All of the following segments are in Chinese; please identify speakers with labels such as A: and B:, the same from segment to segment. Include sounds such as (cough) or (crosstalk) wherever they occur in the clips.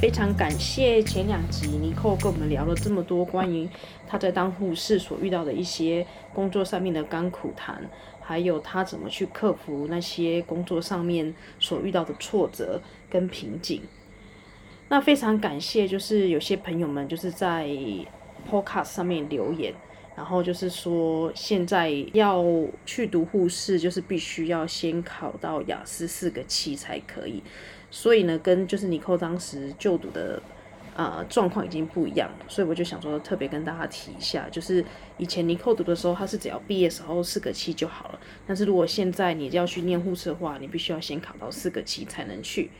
A: 非常感谢前两集尼寇跟我们聊了这么多关于她在当护士所遇到的一些工作上面的甘苦谈，还有她怎么去克服那些工作上面所遇到的挫折跟瓶颈。那非常感谢，就是有些朋友们就是在 Podcast 上面留言，然后就是说现在要去读护士，就是必须要先考到雅思四个七才可以。所以呢，跟就是尼寇当时就读的呃状况已经不一样，所以我就想说特别跟大家提一下，就是以前尼寇读的时候，他是只要毕业时候四个七就好了，但是如果现在你要去念护士的话，你必须要先考到四个七才能去。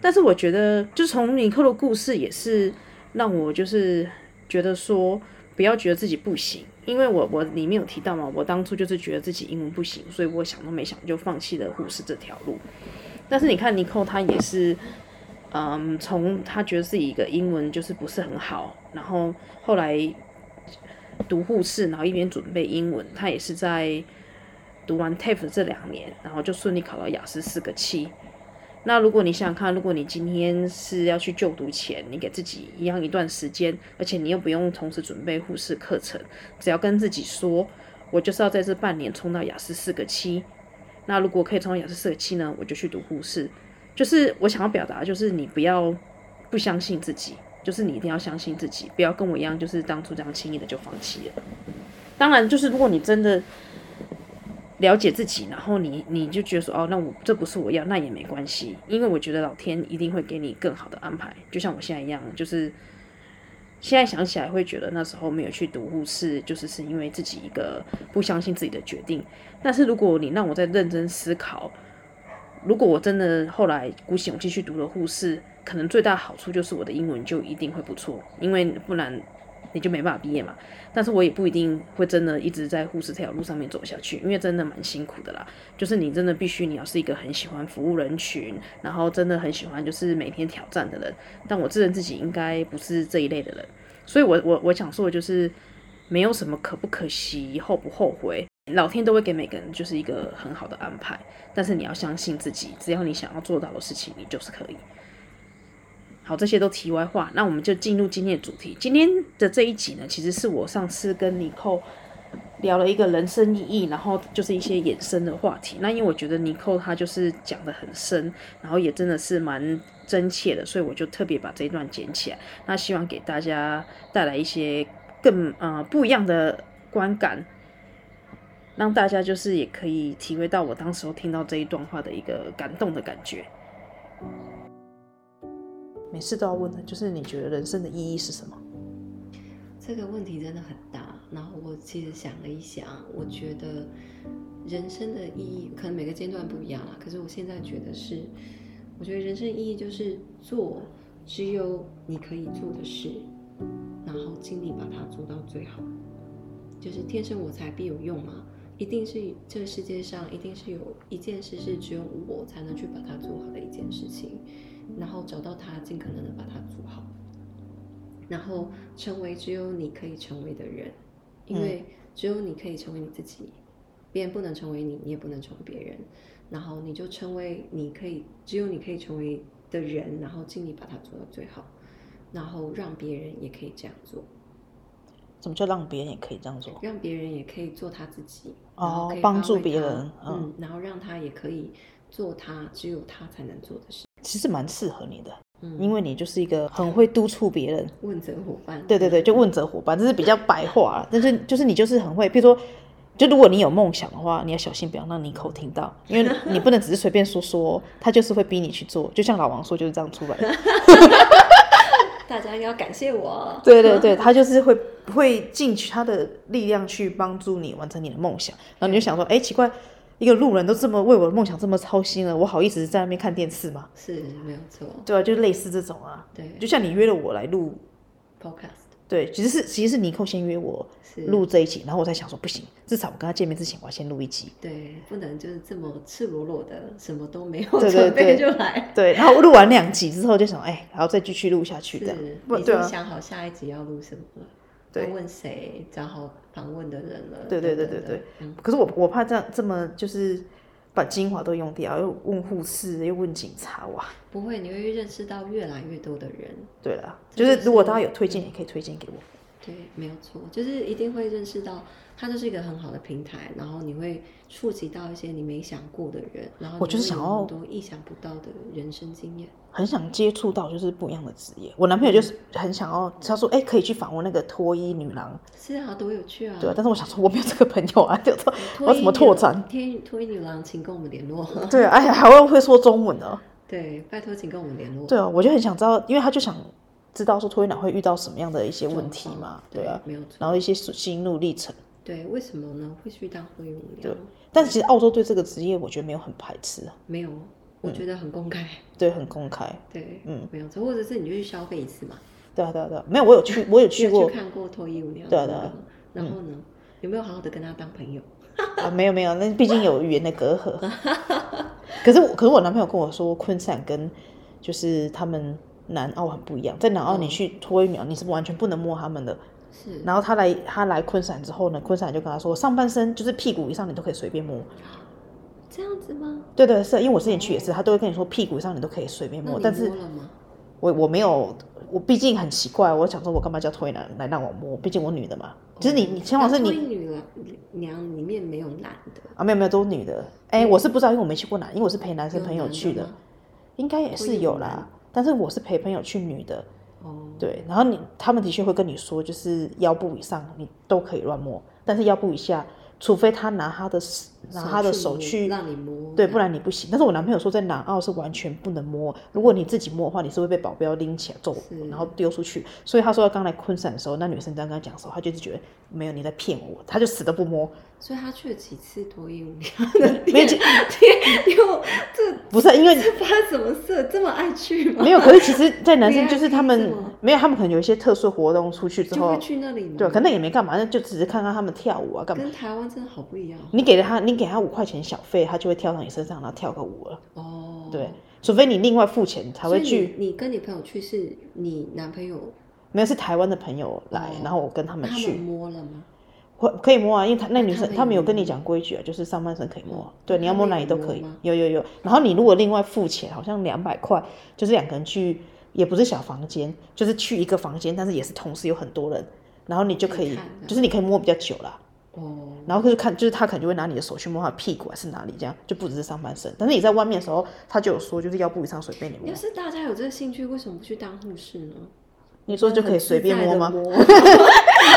A: 但是我觉得，就从尼寇的故事也是让我就是觉得说，不要觉得自己不行，因为我我里面有提到嘛，我当初就是觉得自己英文不行，所以我想都没想就放弃了护士这条路。但是你看尼寇，他也是，嗯，从他觉得自己一个英文就是不是很好，然后后来读护士，然后一边准备英文，他也是在读完 TAFE 这两年，然后就顺利考到雅思四个七。那如果你想想看，如果你今天是要去就读前，你给自己一样一段时间，而且你又不用同时准备护士课程，只要跟自己说，我就是要在这半年冲到雅思四个七。那如果可以冲到雅思四个七呢，我就去读护士。就是我想要表达，就是你不要不相信自己，就是你一定要相信自己，不要跟我一样，就是当初这样轻易的就放弃了。当然，就是如果你真的了解自己，然后你你就觉得说，哦，那我这不是我要，那也没关系，因为我觉得老天一定会给你更好的安排。就像我现在一样，就是现在想起来会觉得那时候没有去读护士，就是是因为自己一个不相信自己的决定。但是如果你让我再认真思考，如果我真的后来鼓起勇气去读了护士，可能最大好处就是我的英文就一定会不错，因为不然你就没办法毕业嘛。但是我也不一定会真的一直在护士这条路上面走下去，因为真的蛮辛苦的啦。就是你真的必须你要是一个很喜欢服务人群，然后真的很喜欢就是每天挑战的人。但我自认自己应该不是这一类的人，所以我我我想说的就是没有什么可不可惜，后不后悔。老天都会给每个人就是一个很好的安排，但是你要相信自己，只要你想要做到的事情，你就是可以。好，这些都题外话，那我们就进入今天的主题。今天的这一集呢，其实是我上次跟尼寇聊了一个人生意义，然后就是一些衍生的话题。那因为我觉得尼寇他就是讲的很深，然后也真的是蛮真切的，所以我就特别把这一段捡起来。那希望给大家带来一些更呃不一样的观感。让大家就是也可以体会到我当时候听到这一段话的一个感动的感觉。每次都要问的就是你觉得人生的意义是什么？
B: 这个问题真的很大。然后我其实想了一想，我觉得人生的意义可能每个阶段不一样啦。可是我现在觉得是，我觉得人生意义就是做只有你可以做的事，然后尽力把它做到最好。就是天生我材必有用嘛。一定是这个世界上一定是有一件事是只有我才能去把它做好的一件事情，然后找到它，尽可能的把它做好，然后成为只有你可以成为的人，因为只有你可以成为你自己，别人不能成为你，你也不能成为别人，然后你就成为你可以只有你可以成为的人，然后尽力把它做到最好，然后让别人也可以这样做。
A: 怎么叫让别人也可以这样做？
B: 让别人也可以做他自己，然后
A: 哦
B: 可以，
A: 帮
B: 发
A: 助
B: 挥
A: 别
B: 他
A: 人，嗯，
B: 嗯，然后让他也可以做他只有他才能做的事，
A: 其实蛮适合你的，
B: 嗯，
A: 因为你就是一个很会督促别人。
B: 问责伙伴，
A: 对对对，就问责伙伴，这是比较白话啊啦，但是就是你就是很会，比如说。就如果你有梦想的话，你要小心不要让你口听到，因为你不能只是随便说说哦，他就是会逼你去做。就像老王说，就是这样出来的。
B: 大家应该要感谢我，
A: 对对对，他就是会会尽取他的力量去帮助你完成你的梦想，然后你就想说，哎，奇怪，一个路人都这么为我的梦想这么操心了，我好意思在那边看电视吗？
B: 是没有错，
A: 对啊，就类似这种啊，
B: 对
A: 就像你约了我来录，
B: ，podcast
A: 对，其实是其实是尼寇先约我
B: 是
A: 录这一集，然后我才想说不行，至少我跟他见面之前我要先录一集。
B: 对，不能就是这么赤裸裸的，什么都没有
A: 对对
B: 准
A: 对
B: 备就来，
A: 对， (laughs) 然后我录完两集之后就想，哎，还要再继续录下去
B: 是
A: 这样，不
B: 已
A: 对啊，
B: 经想好下一集要录什么了，
A: 对
B: 要问谁，找好访问的人了，
A: 对对对
B: 等
A: 对
B: 等的
A: 对，。可是我我怕这样这么就是把精华都用掉，又问护士，又问警察，哇！
B: 不会，你会认识到越来越多的人。
A: 对了，
B: 这
A: 就
B: 就是
A: 是如果大家有
B: 嗯
A: 推荐，也可以推荐给我。
B: 对，没有错，就是一定会认识到，它就是一个很好的平台，然后你会触及到一些你没想过的人，然后
A: 我
B: 你
A: 就是
B: 会
A: 想
B: 有
A: 要
B: 很多意想不到的人生经验。
A: 很想接触到就是不一样的职业。我男朋友就是很想要，他说哎、可以去访问那个脱衣女郎，
B: 是啊，多有趣啊！
A: 对啊。但是我想说我没有这个朋友啊， (laughs) 就说
B: 脱
A: 我怎么
B: 衣女
A: 拓
B: 郎
A: 展？？
B: 脱脱衣女郎，请跟我们联络。 (laughs)
A: 对啊，哎呀，还会会说中文呢。
B: 对，拜托，请跟我们联络。
A: 对啊，我就很想知道，因为他就想知道说脱衣男会遇到什么样的一些
B: 状况，
A: 问题嘛，
B: 嗯
A: 对啊，
B: 没有错。
A: 然后一些心路历程。
B: 对，为什么呢？会去当脱衣舞娘？
A: 但其实澳洲对这个职业，我觉得没有很排斥，啊
B: 没有，我觉得很公开。
A: 对，很公开。
B: 对，
A: 嗯，
B: 没有错，或者是你就去消费一次嘛。
A: 对啊，对啊，对啊，没有，我有去，我有
B: 你
A: 去
B: 有
A: 过
B: 去看过脱衣舞娘？
A: 对啊对啊
B: 然后呢？有没有好好的跟他当朋友？
A: (laughs) 啊，没有没有，那毕竟有语言的隔阂。 (laughs) 可是我，可是我男朋友跟我说，昆山跟就是他们南澳很不一样，在南澳你
B: 嗯
A: 去脱衣鸟，你是完全不能摸他们的。
B: 是，
A: 然后他来他来昆山之后呢，昆山就跟他说，上半身就是屁股以上你都可以随便摸。
B: 这样子吗？
A: 对对是，因为我之前去也是，他都会跟你说屁股以上你都可以随便
B: 那
A: 摸，
B: 你
A: 但是
B: 摸了吗？
A: 我我没有，我毕竟很奇怪，我想说我干嘛叫脱衣男来让我摸？毕竟我女的嘛，就是你你前往是
B: 那
A: 你
B: 脱衣女郎娘里面没有男的，
A: 啊，没有没有，都是女的。哎、我是不知道，因为我没去过男，因为我是陪男生朋友去
B: 有
A: 的，
B: 男吗
A: 应该也是有啦。但是我是陪朋友去女的，
B: 哦，
A: 对。然后你他们的确会跟你说，就是腰部以上你都可以乱摸，但是腰部以下，除非他拿他的拿他的手
B: 摸
A: 去，
B: 让你摸，
A: 对，不然你不行。但是我男朋友说，在南澳是完全不能摸，如果你自己摸的话，你是会被保镖拎起来揍
B: 是，
A: 然后丢出去。所以他说他刚来昆山的时候，那女生这样跟他讲的时候，他就是觉得没有你在骗我，他就死都不摸。
B: 所以他去了几次脱衣舞娘
A: (laughs) 没有
B: 天天 (laughs) 哟，这
A: 不是因为
B: 这发什么色？这么爱去吗？
A: 没有，可是其实，在男生
B: 恋爱
A: 就是
B: 可以
A: 他们
B: 这么
A: 没有，他们可能有一些特殊活动出去之
B: 就会
A: 后，
B: 去那里吗？
A: 对，可能也没干嘛，那就只是看看他们跳舞啊，干嘛？
B: 跟台湾真的好不一样
A: 你给了他，你给他五块钱小费，他就会跳到你身上，然后跳个舞了。
B: 哦。
A: 对，除非你另外付钱才
B: 所以
A: 会
B: 你
A: 去。
B: 你跟你朋友去是你男朋友，
A: 没有，是台湾的朋友来，然后我跟他
B: 哦那
A: 们
B: 他们
A: 去，
B: 摸了吗？
A: 会可以摸啊，因为他那
B: 那
A: 女
B: 他
A: 生
B: 们
A: 他们
B: 有
A: 有跟你
B: 摸
A: 讲规矩啊，就是上半身可以摸
B: 嗯，
A: 对，
B: 那
A: 你要
B: 他
A: 摸
B: 们
A: 哪里
B: 有
A: 都
B: 摸
A: 可以
B: 吗。
A: 有有有，然后你如果另外付钱，好像两百块，就是两个人去，也不是小房间，就是去一个房间，但是也是同时有很多人，然后你就可
B: 可以
A: 以
B: 看的，
A: 就是你可以摸比较久啦。
B: 哦，
A: 然后就是看，就是他可能就会拿你的手去摸他的屁股还啊是哪里，这样就不只是上半身。但是你在外面的时候，他就有说，就是腰部以上随便你摸
B: 要，是大家有这个兴趣，为什么不去当护士呢？
A: 你说就可以随便摸吗
B: 很？自在地摸 (laughs) 我都不知道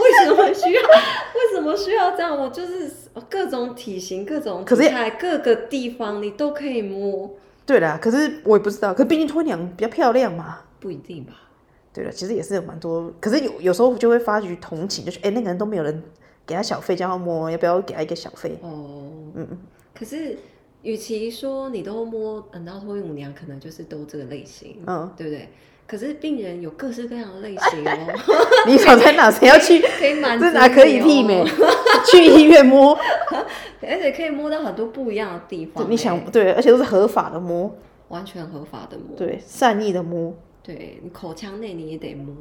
B: 为什么需要，为什么需要这样？我就是各种体型、各种
A: 可是
B: 体态、各个地方你都可以摸，
A: 对啦，可是我也不知道，可毕竟托尼娘比较漂亮嘛。
B: 不一定吧？
A: 对了，其实也是有蛮多，可是有有时候就会发觉同情，就是哎、那个人都没有人给他小费，叫他摸，要不要给他一个小费？
B: 哦，
A: 嗯，
B: 可是与其说你都摸，嗯，然后脱衣舞娘可能就是都这个类型，
A: 嗯，
B: 对不对？可是病人有各式各样的类型
A: (laughs)
B: 哦，
A: (laughs) 你想在哪？谁要去？
B: 可以满足哦
A: 这哪啊可以媲美？去医院摸，
B: 你哦？而且可以摸到很多不一样的地方、
A: 你
B: 哎
A: 想对，而且都是合法的摸，
B: 完全合法的摸，
A: 对，善意的摸，
B: 对你口腔内你也得摸，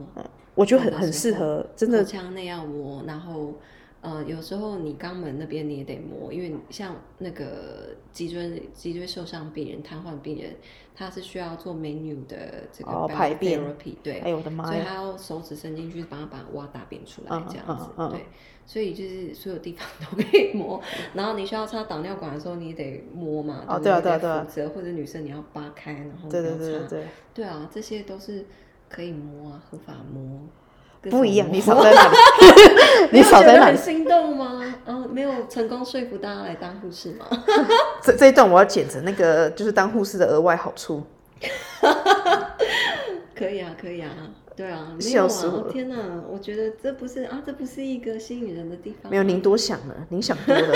A: 我觉得很
B: 嗯
A: 很适合，真
B: 口
A: 的
B: 腔内要摸，然后呃，有时候你肛门那边你也得摸，因为像那个脊椎脊椎受伤病人、瘫痪病人，他是需要做美女的这个
A: 哦
B: ballet
A: 排便
B: therapy，对，
A: 哎呦我的妈
B: 所以
A: 呀！
B: 他要手指伸进去帮他把挖大便出来
A: 嗯
B: 这样子，
A: 嗯嗯
B: 对，所以就是所有地方都可以摸，然后你需要插导尿管的时候你也得摸嘛，
A: 哦
B: 不
A: 对啊
B: 你得
A: 对啊
B: 扶着或者女生你要扒开，然后
A: 对对
B: 不
A: 对
B: 要
A: 对
B: 插
A: 对，
B: 对啊，这些都是可以摸啊，合法摸，各种
A: 不一样，
B: 摸
A: 你
B: (laughs)
A: 少在哪里？你少在哪
B: 没有觉得很
A: 里？
B: 心动吗？然后没有成功说服大家来当护士吗？
A: 这这一段我要剪成那个，就是当护士的额外好处。
B: 可以啊，可以啊，对啊，没有
A: 笑死我
B: 啊
A: 了！
B: 天哪，我觉得这不是啊，这不是一个吸引人的地方啊。
A: 没有，您多想了，您想多
B: (laughs)
A: 了。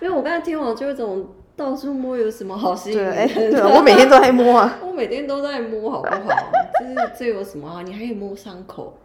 B: 因为我刚才听完就有一种到处摸有什么好吸引
A: 对，
B: 人
A: 哎，
B: 的？
A: 对啊，我每天都在摸
B: (laughs)
A: 啊，
B: 我每天都在摸，好不好？这这有什么啊？你还可以摸伤口，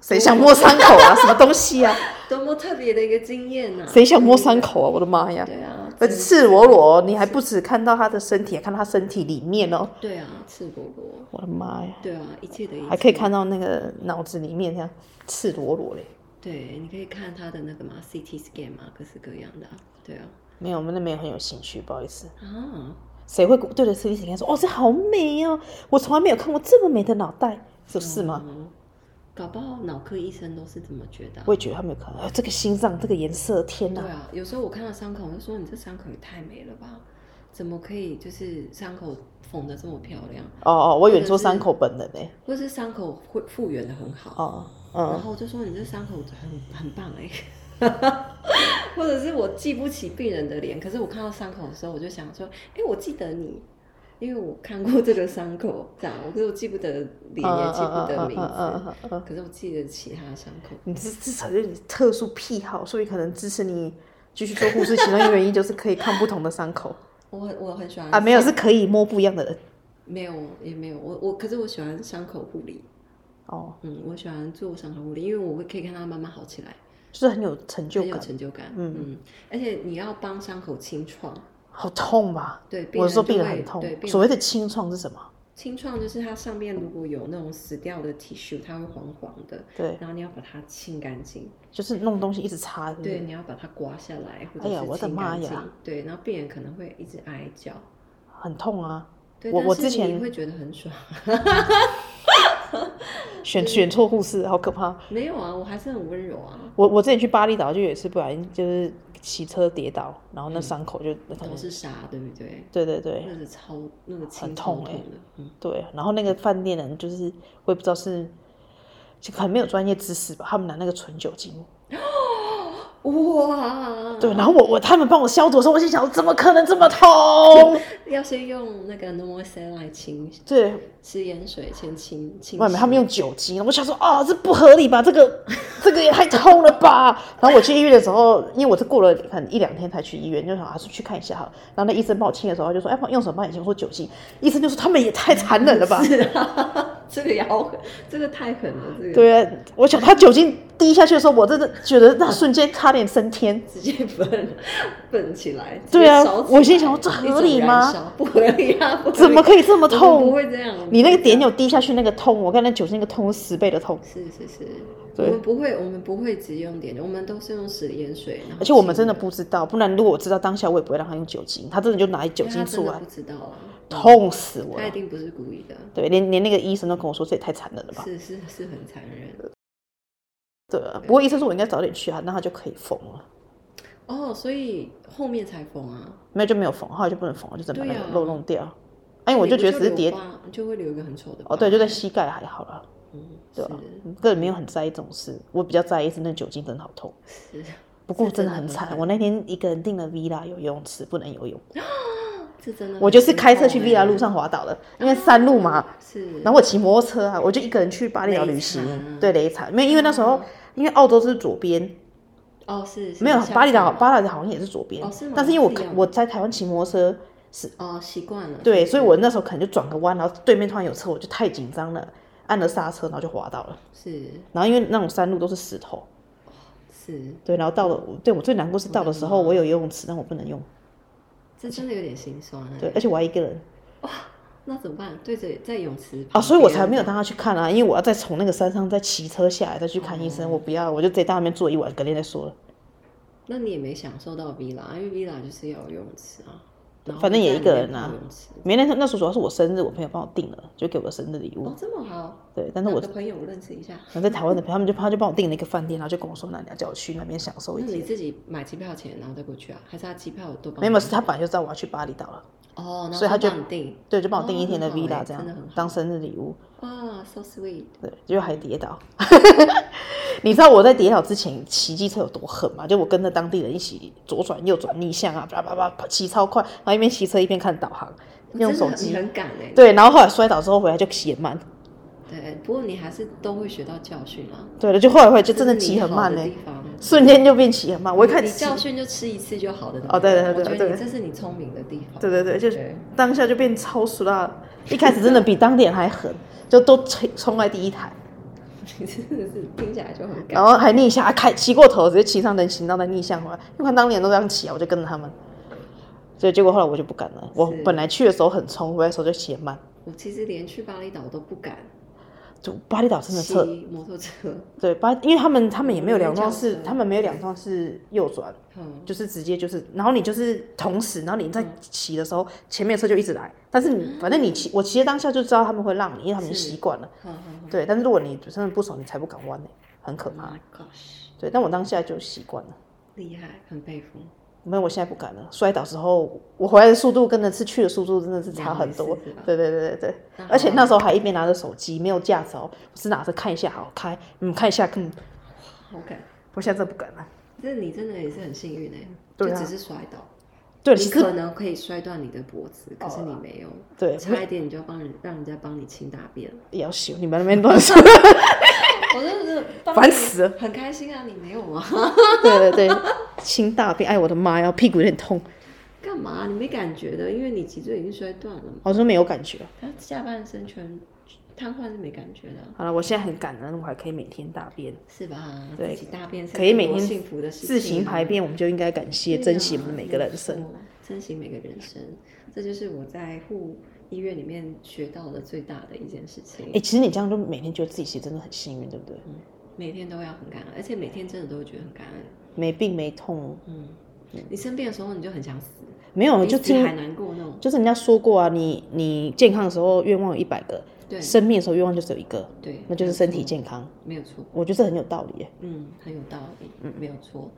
A: 谁想摸伤口啊？什么东西啊？
B: 多么特别的一个经验呐、啊！
A: 谁想摸伤口啊？我的妈呀！
B: 对啊，
A: 而且
B: 真
A: 赤裸裸，你还不止看到他的身体，还看到他身体里面哦。
B: 对啊，赤裸裸，
A: 我的妈呀！
B: 对啊，一切的一切
A: 还可以看到那个脑子里面这样赤裸裸嘞。
B: 对，你可以看他的那个嘛 CT scan 嘛，各式各样的啊、对啊，
A: 没有，我们那没有很有兴趣，不好意思。
B: 啊，
A: 谁会对着设计师跟他说：“哦，这好美哦，我从来没有看过这么美的脑袋。”有事吗？
B: 嗯？搞不好脑科医生都是这么觉得啊。
A: 我也觉得他们有可能。哦这个心脏，这个颜色，天哪
B: 对！啊，有时候我看到伤口，我就说你这伤口也太美了吧，怎么可以就是伤口缝得这么漂亮，
A: 哦哦，我以为你说
B: 或者是
A: 伤口本人呢。
B: 或是伤口会复原的很好。
A: 哦，
B: 然
A: 嗯，
B: 后我就说你这伤口很很棒哎、 (laughs) 或者是我记不起病人的脸，可是我看到伤口的时候，我就想说，哎，我记得你，因为我看过这个伤口，这样，我可是我记不得脸，也记不得
A: 嗯
B: 名
A: 嗯
B: 字，
A: 嗯嗯嗯嗯嗯
B: 可是我记得其他的伤口。
A: 你这这承认你特殊癖好，所以可能支持你继续做护士。其中一个原因就是可以看不同的伤
B: (laughs)
A: 口
B: 我很我很喜欢
A: 啊，没有是可以摸不一样的人。
B: 没有也没有，我我可是我喜欢伤口护理，
A: 哦，
B: 嗯，我喜欢做伤口护理，因为我会可以看它慢慢好起来，
A: 就是很有成就
B: 很有
A: 感，
B: 成就感，
A: 嗯
B: 嗯，而且你要帮伤口清创，
A: 好痛吧？
B: 对，病
A: 我
B: 人
A: 是说病
B: 就
A: 人
B: 会
A: 很痛
B: 对，病。人
A: 所谓的清创是什么？
B: 清创就是它上面如果有那种死掉的 tissue，它会黄黄的，
A: 对，
B: 然后你要把它清干净，
A: 就是弄东西一直擦，是不是
B: 对，你要把它刮下来或
A: 嗯哎呀
B: 者
A: 我
B: 是
A: 的
B: 清
A: 妈
B: 干
A: 呀
B: 净，对，然后病人可能会一直哀叫，
A: 很痛啊！
B: 对，
A: 我
B: 但
A: 我
B: 是
A: 之前
B: 你会觉得很爽，
A: 选选错护士，好可怕。
B: 没有啊，我还是很温柔啊，
A: 我我之前去巴厘岛就有一次不小心就是骑车跌倒，然后那伤口就、可
B: 都
A: 能
B: 哦是嗯沙，对不对？
A: 对对对，
B: 那个超那个清
A: 很
B: 超
A: 痛
B: 痛
A: 欸
B: 的，嗯，
A: 对，然后那个饭店人就是我也不知道是，就可能没有专业知识吧，他们拿那个纯酒精，
B: 哇，
A: 对，然后我我他们帮我消毒的时候，我心想怎么可能这么
B: (laughs)
A: 痛？
B: 要先用那个 normal s a l 来清，
A: 对，
B: 食盐水先清清洗，
A: 外面他们用酒精，我想说啊、这不合理吧，这个 (laughs) 这个也太痛了吧。然后我去医院的时候，因为我是过了可能一两天才去医院，就想啊去看一下好了。然后那医生帮我清的时候，他就说哎帮用什么帮你清？我说酒精，医生就说他们也太残忍了
B: (laughs)
A: 吧。
B: 是啊，这个也好狠，这个太狠了，这个
A: 对啊，我想他酒精滴下去的时候，我真的觉得那瞬间差点升天。
B: 直接蹦蹦起来。
A: 对啊
B: 直接烧起来
A: 我心想说这合理吗
B: 一种燃烧不合理啊！不合理
A: 怎么可以这么
B: 我们不
A: 痛？
B: 会这样。
A: 你那个点
B: 有
A: 有滴下去那个痛，我看那酒精那个痛是十倍的痛，
B: 是是是，我
A: 对
B: 们不会，我们不会只用点，我们都是用食盐水。然后
A: 而且我们真的不知道，不然如果我知道当下，我也不会让他用酒精，他真的就拿酒精
B: 清他真
A: 出
B: 的
A: 来
B: 不，知道啊，
A: 痛死我
B: 他一
A: 了。
B: 定不是故意的，
A: 对，连连那个医生都跟我说这也太残忍了吧？
B: 是是是很残忍。
A: 对啊，不过医生说我应该早点去啊，那他就可以缝了，
B: 哦，所以后面才缝啊。
A: 没有就没有缝，后来就不能缝了，就只能把那
B: 对
A: 个
B: 啊
A: 肉弄掉。哎，我就觉得只是
B: 你
A: 跌
B: 不就留疤，就会留一个很丑的疤。
A: 哦，对，就在膝盖还好啦，
B: 嗯，
A: 对啊吧、
B: 是
A: 个人没有很在意这种事，我比较在意是那酒精真的好痛。
B: 是，
A: 不过
B: 是
A: 真的
B: 真的
A: 很
B: 很
A: 惨，
B: 惨
A: 我那天一个人订了 villa 有游泳池，不能游泳。
B: 这真的。
A: 我就是开车去 villa
B: 拉
A: 路上滑倒了，因为山路嘛。
B: 是，
A: 然后我骑摩托车啊，我就一个人去巴厘岛旅行
B: 雷嗯惨，啊嗯
A: 对雷惨，没有因为那时候因为澳洲是左边，
B: 哦是是
A: 没有
B: 下
A: 巴厘岛
B: 次
A: 巴厘岛好像也是左边
B: 哦是吗，
A: 但是因为我
B: 是一样
A: 我在台湾骑摩托车是
B: 哦，习惯了。
A: 对，所以我那时候可能就转个弯，然后对面突然有车，我就太紧张了，按了刹车，然后就滑倒了。
B: 是
A: 然后因为那种山路都是石头，
B: 是，
A: 对，然后到了，对我最难过是到的时
B: 嗯
A: 候我有游泳池，但我不能用，
B: 这真的有点心酸哎。
A: 对，而且我还一个人
B: 那怎么办？对着在泳池
A: 啊，
B: 旁
A: 所以我
B: 边
A: 才没有带他去看啊，因为我要再从那个山上再骑车下来再去看医
B: 哦
A: 生，我不要，我就直接在那边坐一晚，隔天再说了。
B: 那你也没享受到 villa，因为 villa 就是要有泳池啊。然后
A: 反正也一个人
B: 在
A: 啊
B: 里面泡泳池
A: 没那那时候主要是我生日，我朋友帮我订了，就给我生日礼物
B: 哦，。这么好。
A: 对，但是我
B: 哪个朋友我认识一下。
A: 然后在台湾的朋友，他们就他就帮我订了一个饭店，然后就跟我说，那你要叫我去那边享受
B: 那
A: 一
B: 你
A: 天。
B: 自己买机票钱，然后再过去啊？还是他机票都帮
A: 没
B: 你
A: 有，是他本来就知道我要去巴厘岛了，
B: 哦，
A: 所以他就
B: 肯定
A: 对，就帮我订一天的
B: 哦很好欸
A: villa 这样
B: 真的很好
A: 当生日礼物。
B: 哇，so sweet。
A: 对，就还跌倒。 (laughs) 你知道我在跌倒之前骑机车有多狠吗？就我跟着当地人一起左转右转逆向啊，叭叭叭骑超快，然后一边骑车一边看导航，用手
B: 哦真
A: 机
B: 的。很你很敢哎。
A: 对，然后后来摔倒之后回来就骑很慢。
B: 对，不过你还是都会学到教训啦。
A: 对了，就后来回来就
B: 这
A: 真的
B: 是你
A: 骑很
B: 好
A: 慢呢、
B: 的地方。
A: 瞬间就变骑很慢。我一看
B: 你
A: 骑，
B: 教训就吃一次就好的那
A: 哦对对对
B: 种我觉
A: 对
B: 得你
A: 对
B: 这是你聪明的地方。
A: 对对对，就
B: 对
A: 当下就变超熟了。一开始真的比当地人还狠，就都冲冲在第一台，
B: (laughs) 你真的是听起来就很
A: 然
B: 感。
A: 后还逆向，还开骑过头，直接骑上人行道再逆向回来。因为看当地人都这样骑啊，我就跟着他们。所以结果后来我就不敢了。我
B: 是
A: 本来去的时候很冲，回来的时候就骑很慢。
B: 我其实连去巴厘岛都不敢，
A: 就巴厘岛真的
B: 骑
A: 车，
B: 摩托车，
A: 对巴，因为他们他们也没有两
B: 没有
A: 段
B: 轿
A: 是
B: 车，
A: 他们没有两段是右转，
B: 嗯，
A: 就是直接就是，然后你就是同时，然后你在骑的时候，前面的车就一直来，但是你反正你骑，我骑的当下就知道他们会让你，因为他们已经
B: 是
A: 习惯了。
B: 好好好
A: 对，但是如果你真的不熟，你才不敢弯呢、欸很可怕。
B: Oh ，My gosh，
A: 对，但我当下就习惯了，
B: 厉害，很佩服，
A: 没有，我现在不敢了。摔倒之后，我回来的速度跟那次去的速度真的是差很
B: 两
A: 多
B: 回事是吧。嗯
A: 对对对对对，
B: 那好
A: 而且那时候还一边拿着手机，没有驾照，我是拿着看一下好开，嗯，看一下嗯，
B: 好感，
A: 我现在真的不敢了。
B: 这你真的也是很幸运哎，
A: 对
B: 就
A: 啊
B: 只是摔倒，
A: 对，
B: 你
A: 其
B: 可
A: 实
B: 能可以摔断你的脖子，可是你没有，
A: 对
B: 差一点你就要帮人让人家帮你清大
A: (laughs)
B: 便了，
A: 也要修，你们那边乱说。
B: 我真的是帮
A: (laughs) 烦
B: 你
A: 死了
B: 很开心啊，你没有啊， (laughs)
A: 对对对，心大病，哎，我的妈呀，屁股有点痛，
B: 干嘛？你没感觉的，因为你脊椎已经摔断了嘛，
A: 好像没有感觉。
B: 他下半身全瘫痪是没感觉的啊。
A: 好了，我现在很感恩，我还可以每天大便，
B: 是吧？
A: 对
B: 自己大便是
A: 可以每
B: 多
A: 天
B: 幸福的事情啊、
A: 自行排便，我们就应该感
B: 对
A: 谢、
B: 啊，
A: 珍惜我们每个人
B: 没
A: 生。
B: 错，珍惜每个人生，这就是我在护医院里面学到的最大的一件事情
A: 哎、。其实你这样就每天觉得自己其实真的很幸运，对不对？
B: 每天都要很感恩，而且每天真的都会觉得很感恩。
A: 没病没痛，
B: 嗯，你生病的时候你就很想死，
A: 没有
B: 比
A: 哦就
B: 死
A: 听
B: 还难过那种。
A: 就是人家说过啊，你你健康的时候愿望有一百个，
B: 对
A: 生病的时候愿望就只有一个，
B: 对，
A: 那就是身体健康。
B: 没有错。
A: 我觉得这很有道理耶。
B: 嗯，很有道理，嗯，没有错。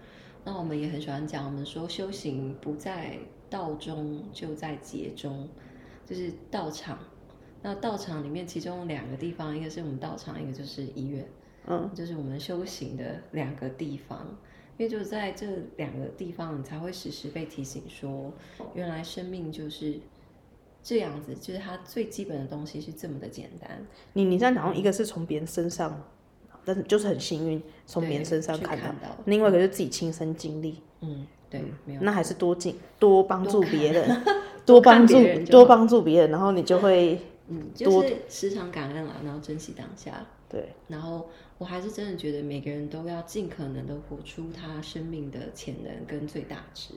B: 那我们也很喜欢讲，我们说修行不在道中，就在节中，就是道场。那道场里面，其中两个地方，一个是我们道场，一个就是医院，
A: 嗯，
B: 就是我们修行的两个地方。因为就在这两个地方，你才会时时被提醒说，原来生命就是这样子，就是它最基本的东西是这么的简单。
A: 嗯你你这样讲，一个是从别人身上，但是就是很幸运从别人
B: 对
A: 身上
B: 去
A: 看到
B: 看到，
A: 另外一个就是自己亲身经历。
B: 嗯，对，没有
A: 那还是多进多帮助别人，多
B: 多
A: 帮
B: 看多看
A: 助
B: 别人就好
A: 多帮助别人，然后你就会
B: 嗯，就是时常感恩啊，然后珍惜当下，
A: 对
B: 然后我还是真的觉得每个人都要尽可能的活出他生命的潜能跟最大值。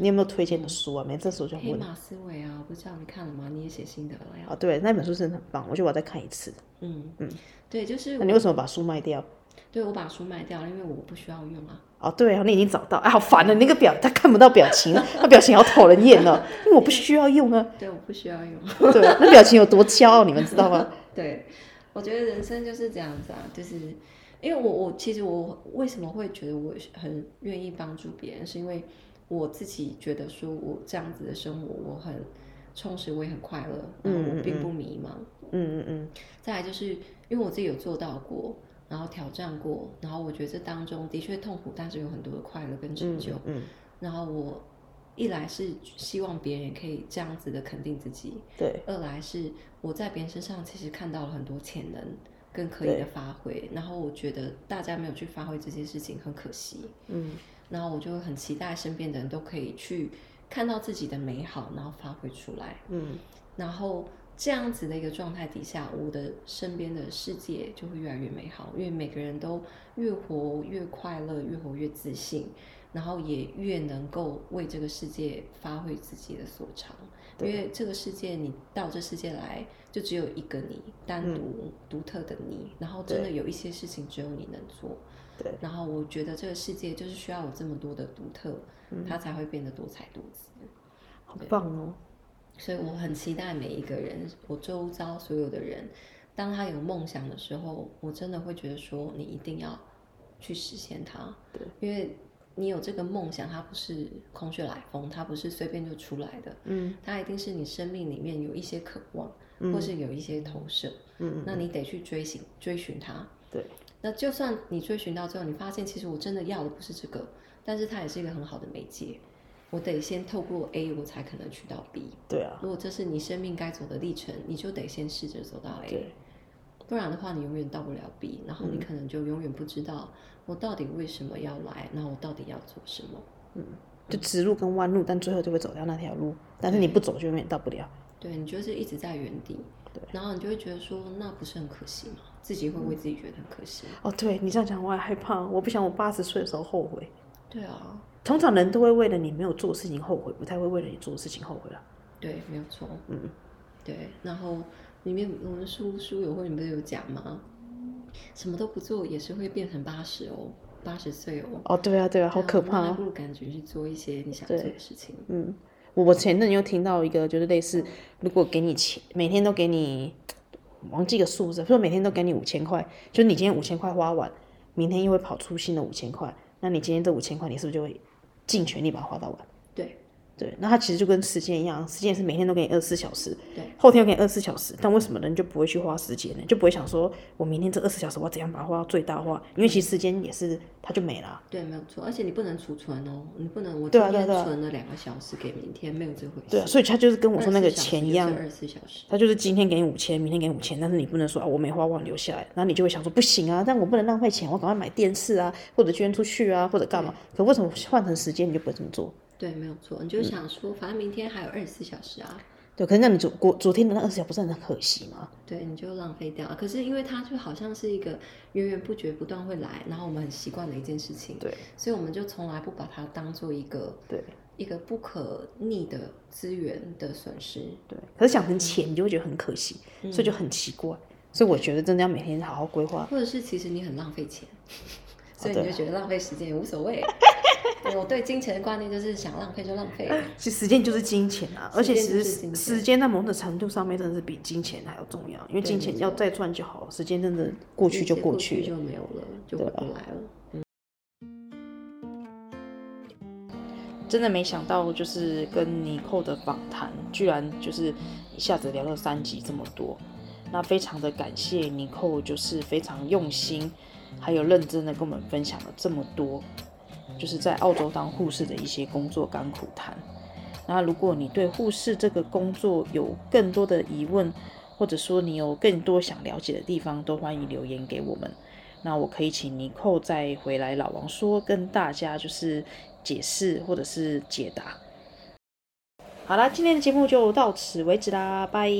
A: 你有没有推荐的书啊？每次我就
B: 黑
A: 问
B: 马思维啊，我不知道你看了吗？你也写心得了呀？
A: 啊，对，那本书真的很棒，我觉得我要再看一次。
B: 嗯嗯，对，就是
A: 那你为什么把书卖掉？
B: 对我把书卖掉了，因为我不需要用啊。
A: 哦，对啊，你已经找到，哎，好烦啊！你那个表他看不到表情，啊他表情好讨人厌 (laughs) 哦，因为我不需要用啊。
B: 对，我不需要用。
A: 对，那表情有多骄傲，你们知道吗？
B: 对，我觉得人生就是这样子啊，就是因为我我其实我为什么会觉得我很愿意帮助别人，是因为我自己觉得说我这样子的生活我很充实，我也很快乐，然后我并不迷茫。
A: 嗯嗯嗯，
B: 再来就是因为我自己有做到过，然后挑战过，然后我觉得这当中的确痛苦，但是有很多的快乐跟成就。
A: 嗯，
B: 然后我一来是希望别人也可以这样子的肯定自己，
A: 对，
B: 二来是我在别人身上其实看到了很多潜能跟可以的发挥，然后我觉得大家没有去发挥这些事情很可惜，
A: 嗯，
B: 然后我就很期待身边的人都可以去看到自己的美好，然后发挥出来，
A: 嗯，
B: 然后这样子的一个状态底下，我的身边的世界就会越来越美好，因为每个人都越活越快乐，越活越自信，然后也越能够为这个世界发挥自己的所长。因为这个世界，你到这世界来就只有一个你，单独、独特的你，然后真的有一些事情只有你能做。
A: 对，
B: 然后我觉得这个世界就是需要有这么多的独特，它才会变得多彩多姿。
A: 好棒哦。
B: 所以我很期待每一个人，我周遭所有的人，当他有梦想的时候，我真的会觉得说，你一定要去实现它。
A: 对，
B: 因为你有这个梦想，它不是空穴来风，它不是随便就出来的，
A: 嗯
B: 它一定是你生命里面有一些渴望，或是有一些投射。
A: 嗯，
B: 那你得去追寻追寻它。
A: 对，
B: 那就算你追寻到最后，你发现其实我真的要的不是这个，但是它也是一个很好的媒介。我得先透过 A，我才可能去到 B。
A: 对啊，
B: 如果这是你生命该走的历程，你就得先试着走到 A，
A: 对
B: 不然的话你永远到不了 B，然后你可能就永远不知道我到底为什么要来，然后我到底要做什么。
A: 就直路跟弯路，但最后就会走到那条路，但是你不走就永远到不了。
B: 对你就是一直在原地，然后你就会觉得说那不是很可惜吗？自己会为自己觉得很可惜。
A: 哦，对你这样讲，我也害怕，啊我不想我八十岁的时候后悔。
B: 对啊，
A: 通常人都会为了你没有做的啊事情后悔，不太会为了你做的事情后悔了。
B: 对，没有错。嗯，对。然后里面我们书书友会里面不是有讲吗？什么都不做也是会变成八十哦，八十岁哦。
A: 哦，对啊，对啊，好可怕
B: 那
A: 哦
B: 不。如感觉去做一些你想做的事情。
A: 嗯，我我前阵又听到一个，就是类似，如果给你钱，每天都给你，忘记个数字，说每天都给你五千块，就是你今天五千块花完，明天又会跑出新的五千块，那你今天这五千块，你是不是就会尽全力把它花到完？
B: 对
A: 对，那它其实就跟时间一样，时间也是每天都给你二十四小时，
B: 对，
A: 后天又给你二十四小时，但为什么人就不会去花时间呢？就不会想说我明天这二十小时我要怎样把它花到最大化？因为其实时间也是它就没了啊。
B: 对，没有错。而且你不能储存哦，你不能我今
A: 对啊
B: 天
A: 对啊对啊
B: 存了两个小时给明天，没有这回事。
A: 对啊，所以它就是跟我说那个钱一样，
B: 二十四小时。
A: 他就是今天给你五千，明天给你五千，但是你不能说啊我没花完留下来，然后你就会想说不行啊，但我不能浪费钱，我赶快买电视啊，或者捐出去啊，或者干嘛？可为什么换成时间你就不会这么做？
B: 对，没有错。
A: 嗯
B: 你就想说，反正明天还有二十四小时啊，
A: 对，可是那你昨昨昨天的那二十小时不是很可惜吗？
B: 对，你就浪费掉了。可是因为它就好像是一个源源不绝、不断会来，然后我们很习惯的一件事情，
A: 对
B: 所以我们就从来不把它当做一个
A: 对
B: 一个不可逆的资源的损失。
A: 对，可是想
B: 嗯
A: 成钱你就会觉得很可惜，所以就很奇怪。所以我觉得真的要每天好好规划。
B: 或者是其实你很浪
A: (laughs)
B: 费钱，所
A: 哦
B: 以
A: 对啊
B: 你就觉得浪费时间也无
A: (laughs)
B: 所谓。对我对金钱的观念就是想浪费就浪费，
A: 其实时间就是金钱啊，而且其
B: 时间就
A: 实
B: 是金钱
A: 时时间在某种程度上面真的是比金钱还要重要，因为
B: 对
A: 金
B: 没
A: 钱
B: 错
A: 要再赚就好，时间真的过去就
B: 过
A: 过去啊了
B: 就。没有了，就回不来了。
A: 真的没想到，就是跟尼寇的访谈，居然就是一下子聊了三集这么多。那非常的感谢尼寇，就是非常用心，还有认真的跟我们分享了这么多，就是在澳洲当护士的一些工作甘苦谈。那如果你对护士这个工作有更多的疑问，或者说你有更多想了解的地方，都欢迎留言给我们。那我可以请尼寇再回来老王说，跟大家就是解释或者是解答。好啦，今天的节目就到此为止啦，拜。